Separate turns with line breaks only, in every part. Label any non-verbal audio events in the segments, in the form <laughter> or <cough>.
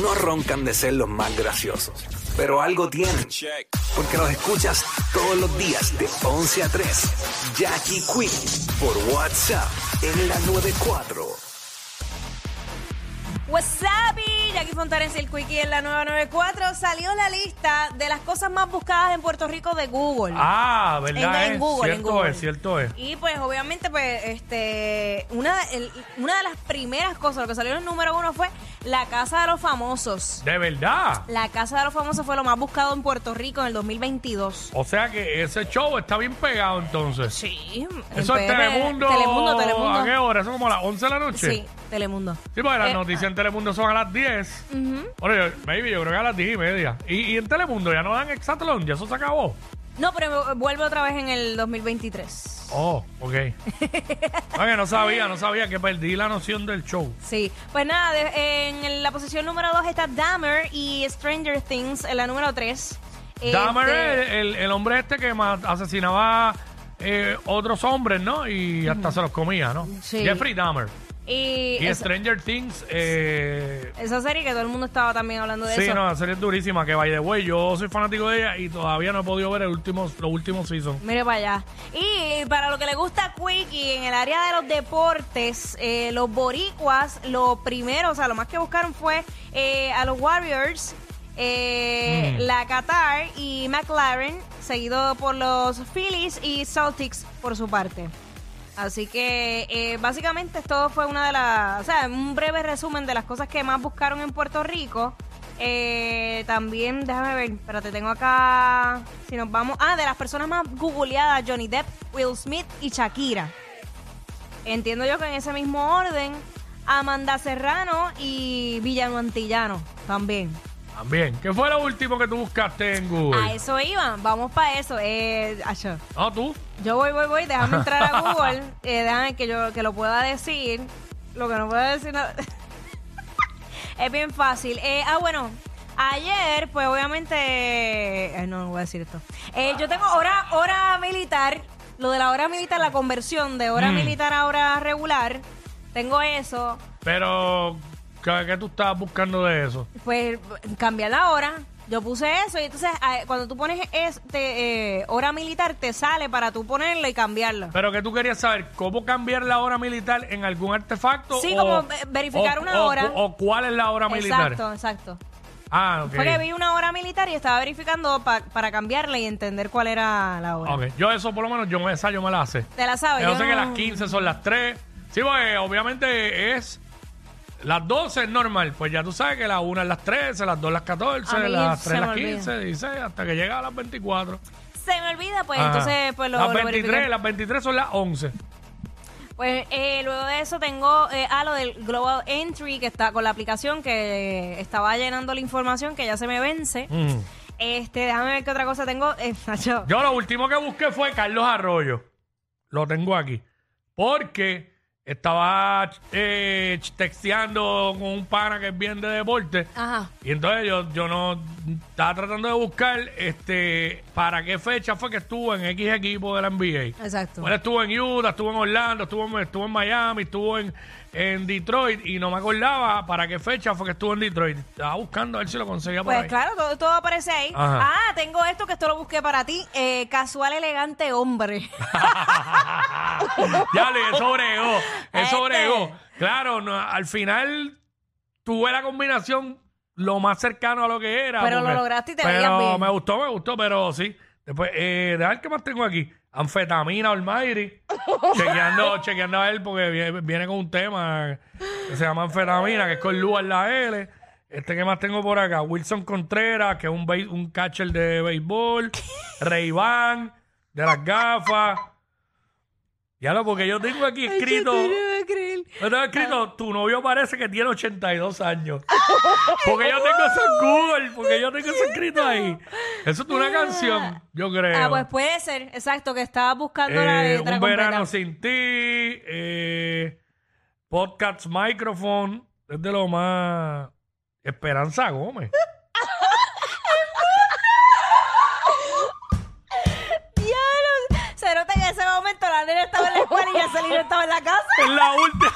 No roncan de ser los más graciosos, pero algo tienen. Porque los escuchas todos los días de 11 a 3. Jackie Quinn por WhatsApp en la 94.
Wasabi, Jackie Fontanes y el Quickie en la 994. Salió la lista de las cosas más buscadas en Puerto Rico de Google.
Ah, ¿verdad?
En- en
es?
Google, en
cierto
Google.
es, cierto es.
Y pues obviamente, pues, este, una, el- una de las primeras cosas, lo que salió en el número uno fue la Casa de los Famosos.
De verdad.
La Casa de los Famosos fue lo más buscado en Puerto Rico en el 2022.
O sea que ese show está bien pegado entonces.
Sí.
Eso es
en PR,
Telemundo.
Telemundo,
¿A qué
Telemundo.
hora? Eso como a las 11 de la noche.
Sí, Telemundo.
Sí, porque las
Eh, ¿Mm?
noticias en Telemundo son a las 10. Bueno, yo, maybe yo creo que a las 10 y media. Y, y en Telemundo ya no dan Exatlón, ya eso se acabó.
No, pero vuelve otra vez en el 2023.
Oh,
<laughs>
ok. Oye, no sabía, no sabía que perdí la noción del show.
Sí, pues nada, de- en la posición número 2 está Dahmer y Stranger Things en la número 3.
Dahmer
Este,
es el, el- el hombre este que ma- asesinaba eh, otros hombres, ¿no? Y hasta se los comía, ¿no?
Sí.
Jeffrey Dahmer.
Y,
Y
esa,
Stranger Things, eh,
esa serie que todo el mundo estaba también hablando de
sí,
eso.
no, la serie es durísima, que by the way, yo soy fanático de ella y todavía no he podido ver el último, los últimos seasons.
Mire para allá. Y para lo que le gusta a Quickie, en el área de los deportes, eh, los boricuas, lo primero, o sea, lo más que buscaron fue eh, a los Warriors,
Mm.
eh, la Qatar y McLaren, seguido por los Phillies y Celtics por su parte. Así que eh, básicamente esto fue una de las, o sea, un breve resumen de las cosas que más buscaron en Puerto Rico. Eh, también, déjame ver, pero te tengo acá, si nos vamos, ah, de las personas más googleadas, Johnny Depp, Will Smith y Shakira. Entiendo yo que en ese mismo orden, Amanda Serrano y Villano Antillano también.
También. ¿Qué fue lo último que tú buscaste en Google?
A eso iban, vamos para eso. Eh, acho.
No, tú.
Yo voy, voy, voy, déjame entrar
<laughs>
a Google, eh, déjame que yo que lo pueda decir. Lo que no puedo decir no- <laughs> es bien fácil. Eh, ah, bueno, ayer, pues obviamente, eh, no, no voy a decir esto. Eh, yo tengo hora, hora militar, lo de la hora militar, la conversión de hora
Mm.
militar a hora regular, tengo eso,
Pero, ¿qué, qué tú estabas buscando de eso?
pues cambiar la hora. Yo puse eso y entonces ah, cuando tú pones este eh, hora militar te sale para tú ponerlo y cambiarlo.
Pero que tú querías saber cómo cambiar la hora militar en algún artefacto.
Sí,
o-
como ve- verificar
o-
una
o-
hora.
O, cuál es la hora militar.
Exacto, exacto.
Ah, ok.
Porque vi una hora militar y estaba verificando pa- para cambiarla y entender cuál era la hora.
Ok, Yo eso por lo menos, yo esa yo me la sé.
Te la sabes.
Yo
yo
sé que
no-
las 15 son las 3. Sí, pues obviamente es. Las 12 es normal. Pues ya tú sabes que la 1 es las 13, las 2 las 14,
A mí
las
se
3
me
las
olvida.
15, 16, hasta que llega a las 24.
Se me olvida, pues
Ajá.
entonces pues lo,
las
lo
23,
verifiqué.
las 23 son las 11.
Pues eh, luego de eso tengo eh, a lo del Global Entry que está con la aplicación que estaba llenando la información que ya se me vence.
Mm.
Este, déjame ver qué otra cosa tengo. Eh, <laughs> Nacho.
Yo lo último que busqué fue Carlos Arroyo. Lo tengo aquí. Porque estaba eh, texteando con un pana que es bien de deporte.
Ajá.
Y entonces yo, yo no estaba tratando de buscar este para qué fecha fue que estuvo en X equipo de la NBA.
Exacto.
Bueno, estuvo en Utah, estuvo en Orlando, estuvo en, estuvo en Miami, estuvo en, en Detroit y no me acordaba para qué fecha fue que estuvo en Detroit. Estaba buscando a ver si lo conseguía por
Pues
ahí.
claro, todo, todo aparece ahí.
Ajá.
Ah, tengo esto que esto lo busqué para ti. Eh, casual, elegante hombre.
<laughs> ya le eso bregó,
Este.
eso bregó. Claro, no, al final tuve la combinación lo más cercano a lo que era.
Pero lo lograste y te
pero
veías bien.
me gustó, me gustó, pero sí. Después, eh, dejar que más tengo aquí.
<laughs>
Anfetamina Almighty. chequeando, chequeando a él porque viene, viene con un tema que se llama Anfetamina, que es con Lua en la L. Este que más tengo por acá, Wilson Contreras, que es un, base- un catcher de
<laughs>
béisbol. Ray Van, de las gafas. Ya lo, porque yo tengo
<laughs>
aquí escrito. Yo tengo escrito, tu novio parece que tiene
<laughs>
82 años. Porque yo tengo eso en Google, porque yo tengo eso escrito ahí. Eso es una canción, yo creo.
Ah, pues puede ser, exacto, que estaba buscando la
Eh,
letra
un
completa.
verano sin ti, eh, podcast microphone, es de lo más... Esperanza Gómez.
Diablo, Se nota que en ese momento la nena estaba en la escuela y Yacelina estaba en la casa.
<laughs> Es la última.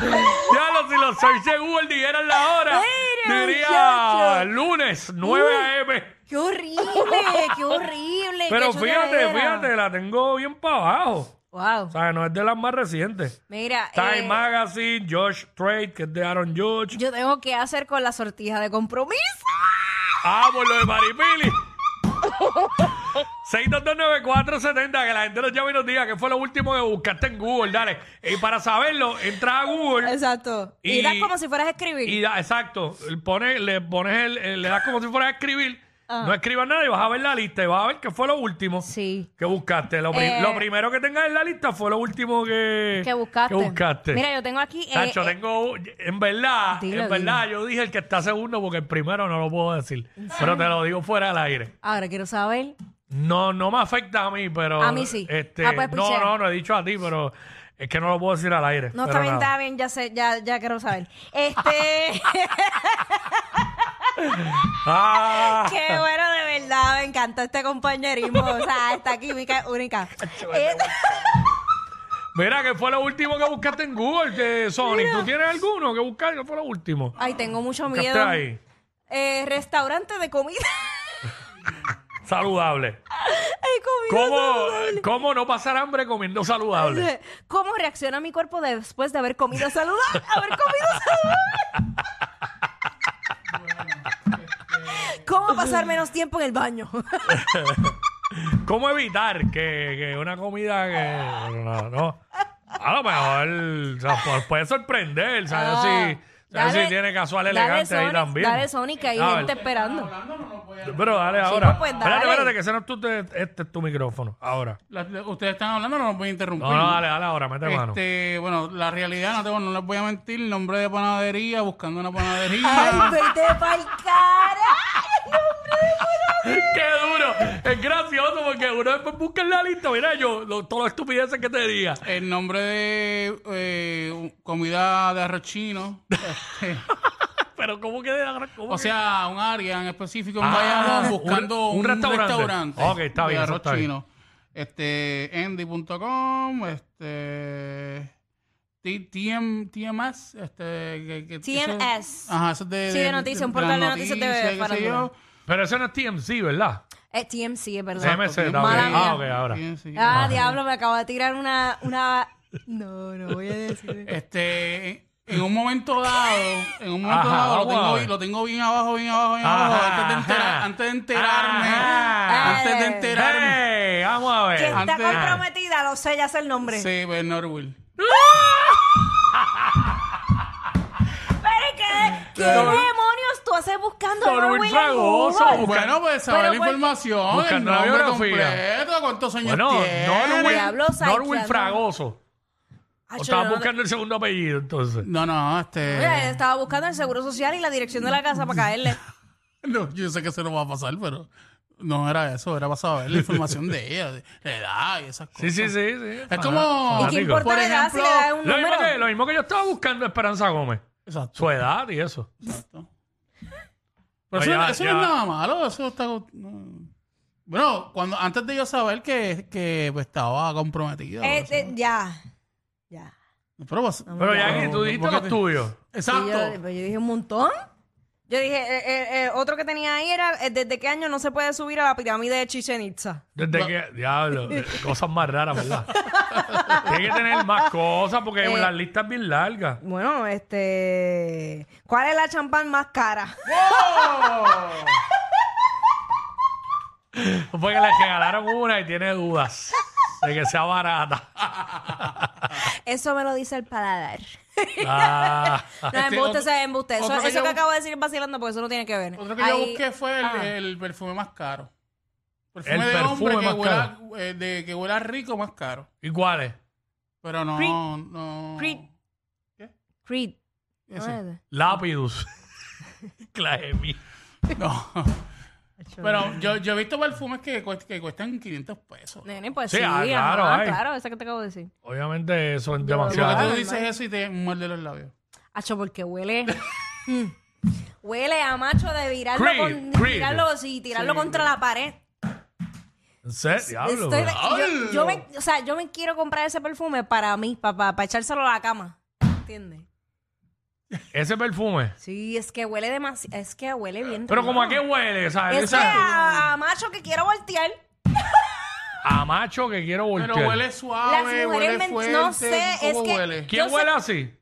ya lo, si los search de Google dijeran la hora,
Mira,
diría
muchacho.
lunes 9 a.m.
¡Qué horrible! ¡Qué horrible!
Pero
qué
fíjate,
chotera.
fíjate, la tengo bien para abajo.
¡Wow!
O sea, no es de las más recientes.
Mira,
Time
eh,
Magazine, Josh Trade, que es de Aaron Judge.
yo tengo que hacer con la sortija de compromiso.
Ah, por lo de Maripili. 6229470, que la gente nos llame y nos diga qué fue lo último que buscaste en Google, dale. Y para saberlo, entra a Google
Exacto. Y,
Y-
das como si fueras a escribir.
y da- exacto, pone, le pones el, el- le das como si fueras a escribir, no escribas nada y vas a ver la lista y vas a ver qué fue lo último
Ah. Sí.
que buscaste. Lo, pri-
Eh.
lo primero que tengas en la lista fue lo último que,
Que buscaste.
que buscaste.
Mira, yo tengo aquí. eh,
Tacho,
eh,
tengo, en verdad,
Dilo,
en verdad, yo dije el que está segundo porque el primero no lo puedo decir. Pero te lo digo fuera del aire.
Ahora quiero saber.
No, no me afecta a mí, pero.
A mí sí.
Este,
Ah, pues,
no,
pichea.
no, no he dicho a ti, pero es que no lo puedo decir al aire.
No, está
pero
bien,
nada.
está bien, ya sé, ya, ya quiero saber.
<laughs>
Este.
Ah,
<laughs> Qué bueno, de verdad, me encantó este compañerismo. O sea, esta química es
<laughs>
única. Eh,
mira, que fue lo último que buscaste en Google, que Sonic. ¿Tú tienes alguno que buscar? ¿Qué fue lo último?
Ay, tengo mucho
¿Buscaste
miedo.
ahí?
Eh, restaurante de
<laughs>
comida.
Saludable.
Ay, comida
¿Cómo, ¿Cómo no pasar hambre comiendo saludable?
saludable. ¿Cómo reacciona mi cuerpo después de haber comido
<laughs>
saludable? Haber comido saludable. ¿Cómo pasar menos tiempo en el
<laughs>
baño?
¿Cómo evitar que, que una comida que. No, no. A lo mejor o sea, pu- puede sorprender, ¿sabes? si, ¿sabes? si tiene casual elegante
Ah, dale,
ahí
Sonic,
también.
Dale, Sonic, hay
Ah,
gente esperando.
Pero dale ahora.
pues,
Espérate,
dale.
espérate, que ese no es tu, te- este es tu micrófono. Ahora.
La- la- ustedes están hablando, no los voy a interrumpir.
No, no, dale, dale ahora, mete mano.
Este, bueno, la realidad, no, te, no les voy a mentir, nombre de panadería, buscando una
Ah,
<laughs> Ay,
panadería.
vete pa'l cara.
¡Qué duro! Es gracioso porque uno después busca en la lista, mira yo, lo- todas las estupideces que te diga. <laughs>
el nombre de eh, comida de arroz chino. Este,
Pero ¿cómo que de cómo
o
que-
sea, un área en específico en
Ah,
Bayamón, buscando
un-
un,
un restaurante.
restaurante.
Ok, está bien, eso
De arroz
está bien.
chino. Este, endy.com, este. T- TM, TMS, este. que- que-
TMS.
eso- Ajá, eso es de.
Sí, de noticias, un
de las
portal de noticias de
noticias, qué sé
farándula.
yo.
Pero eso no es TMC, ¿verdad?
Es TMC, es verdad.
TMC, está
Mala
bien.
mía.
Ah, ok, ahora.
Sí, sí.
Ah, diablo, me acabo de tirar una, una... No, no voy a decir.
Este, en un momento dado, en un momento
Ajá,
dado, lo
vamos a
tengo,
ver.
bien- lo tengo bien abajo, bien abajo, bien abajo,
Ajá,
antes de, entera-
ajá.
antes de enterarme,
Ajá.
antes de
Eh.
enterarme.
¡Ey! Vamos a
Que
<laughs> ver.
está
antes-
comprometida, lo sé, ya sé el nombre.
Sí, pues Norwell.
Pero ¿qué, qué demonios tú haces buscando
Sobre
a
un
William
fragoso,
Google?
Busca-
Bueno, pues saber la
Pero, pues,
información,
busca
el
la
nombre
biografía.
completo, cuántos años
Bueno,
tiene.
Norwin,
Diablo,
Norwin
psychiatra.
Fragoso.
Ah,
O
yo
estabas
no-
buscando el segundo apellido, entonces.
No, no, este...
Mira, estaba buscando el seguro social y la dirección de la casa para
<laughs>
caerle.
No, yo sé que se lo va a pasar, pero no era eso, era para saber la información de ella, de la edad y esas cosas.
Sí, sí, sí. sí.
Es como...
¿Y qué
amigo.
importa
Por
la edad si
ejemplo,
le das un
Lo mismo,
número?
que, lo mismo que yo estaba buscando Esperanza Gómez.
Exacto.
Su edad y eso.
Pero
Ah,
eso,
ya,
eso
ya.
no es nada malo, eso está... no. Bueno, cuando, antes de yo saber que, que pues, estaba comprometida.
Eh,
o sea,
eh, ya. Ya.
pero pues-
Pero ya que tú
no,
dijiste
porque
los
te-
tuyos.
Sí, yo,
Exacto.
pero yo dije un montón. Yo dije, eh, eh, eh, otro que tenía ahí era, eh, ¿desde qué año no se puede subir a la pirámide de Chichen Itza?
Desde que, diablo, de- cosas más raras, ¿verdad? Tiene que tener más cosas porque
Eh.
la lista es bien larga.
Bueno, este... ¿Cuál es la champán más cara?
¡Oh!
Porque le regalaron una y tiene dudas de que sea barata.
<laughs> Eso me lo dice el paladar.
Ah,
No, embuste,
otro-
ese es embuste. Eso,
otro que
eso que
yo-
acabo de decir es vacilando, porque eso no tiene que ver.
Otro que yo
Ahí- ah.
busqué fue el,
Ajá.
el perfume más caro. Perfume
El
de hombre
perfume
que
más
huela, eh, de, que huela rico más caro.
¿Y cuál es?
Pero no,
Creed.
no.
Creed. Creed.
Ese.
<laughs> Lápidus. Claemi.
<laughs>
No. Pero yo, yo he visto perfumes que, cuest- que cuestan 500 pesos.
Nene, pues
Sí,
sí,
ah, claro,
claro,
ay.
claro, esa que te acabo de decir.
Obviamente son
Y porque tú
demasiadas.
dices eso y te muerde los labios.
Hacho, porque
<laughs>
huele. Mm. huele a macho de virarlo,
Creed,
con,
Creed.
virarlo sí, tirarlo contra la pared.
¿En serio? Diablo.
Estoy-
bro.
yo, yo me, o sea, yo me quiero comprar ese perfume para mí, para echárselo a la cama. ¿Entiendes?
Ese perfume.
Sí, es que huele demasiado. Es que huele bien.
Pero como a qué
rico.
huele, ¿sabes?
Es que a, a macho que quiero voltear.
A macho que quiero voltear.
Pero huele suave,
Las mujeres
huele
men-
fuerte.
no sé,
¿cómo
es que-
huele?
¿Quién
Yo sé- <laughs>
huele así?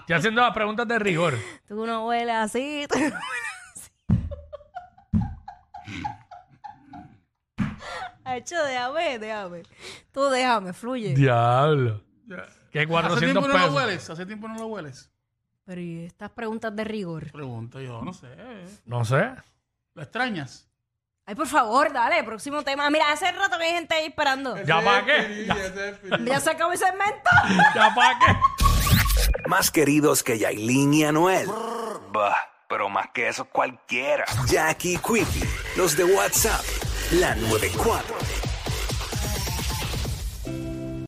Estoy haciendo las preguntas de rigor.
Tú no hueles así. <laughs> tú no hueles <laughs> así. Hacho, déjame, déjame. Tú déjame, fluye.
Diablo. Que
Hace
400
tiempo no lo
pesos.
hueles, hace tiempo no lo hueles.
Pero ¿y estas preguntas de rigor.
Pregunto yo, no sé.
No sé.
¿Lo extrañas?
Ay, por favor, dale, próximo tema. Mira, hace rato que hay gente ahí
<laughs>
esperando.
¿Ya para qué? ¿Ya,
Ya se acabó el segmento.
para qué?
Más queridos que Yailin y Anuel. Bah, pero más que eso cualquiera. Jackie Quickie, los de WhatsApp, la 94.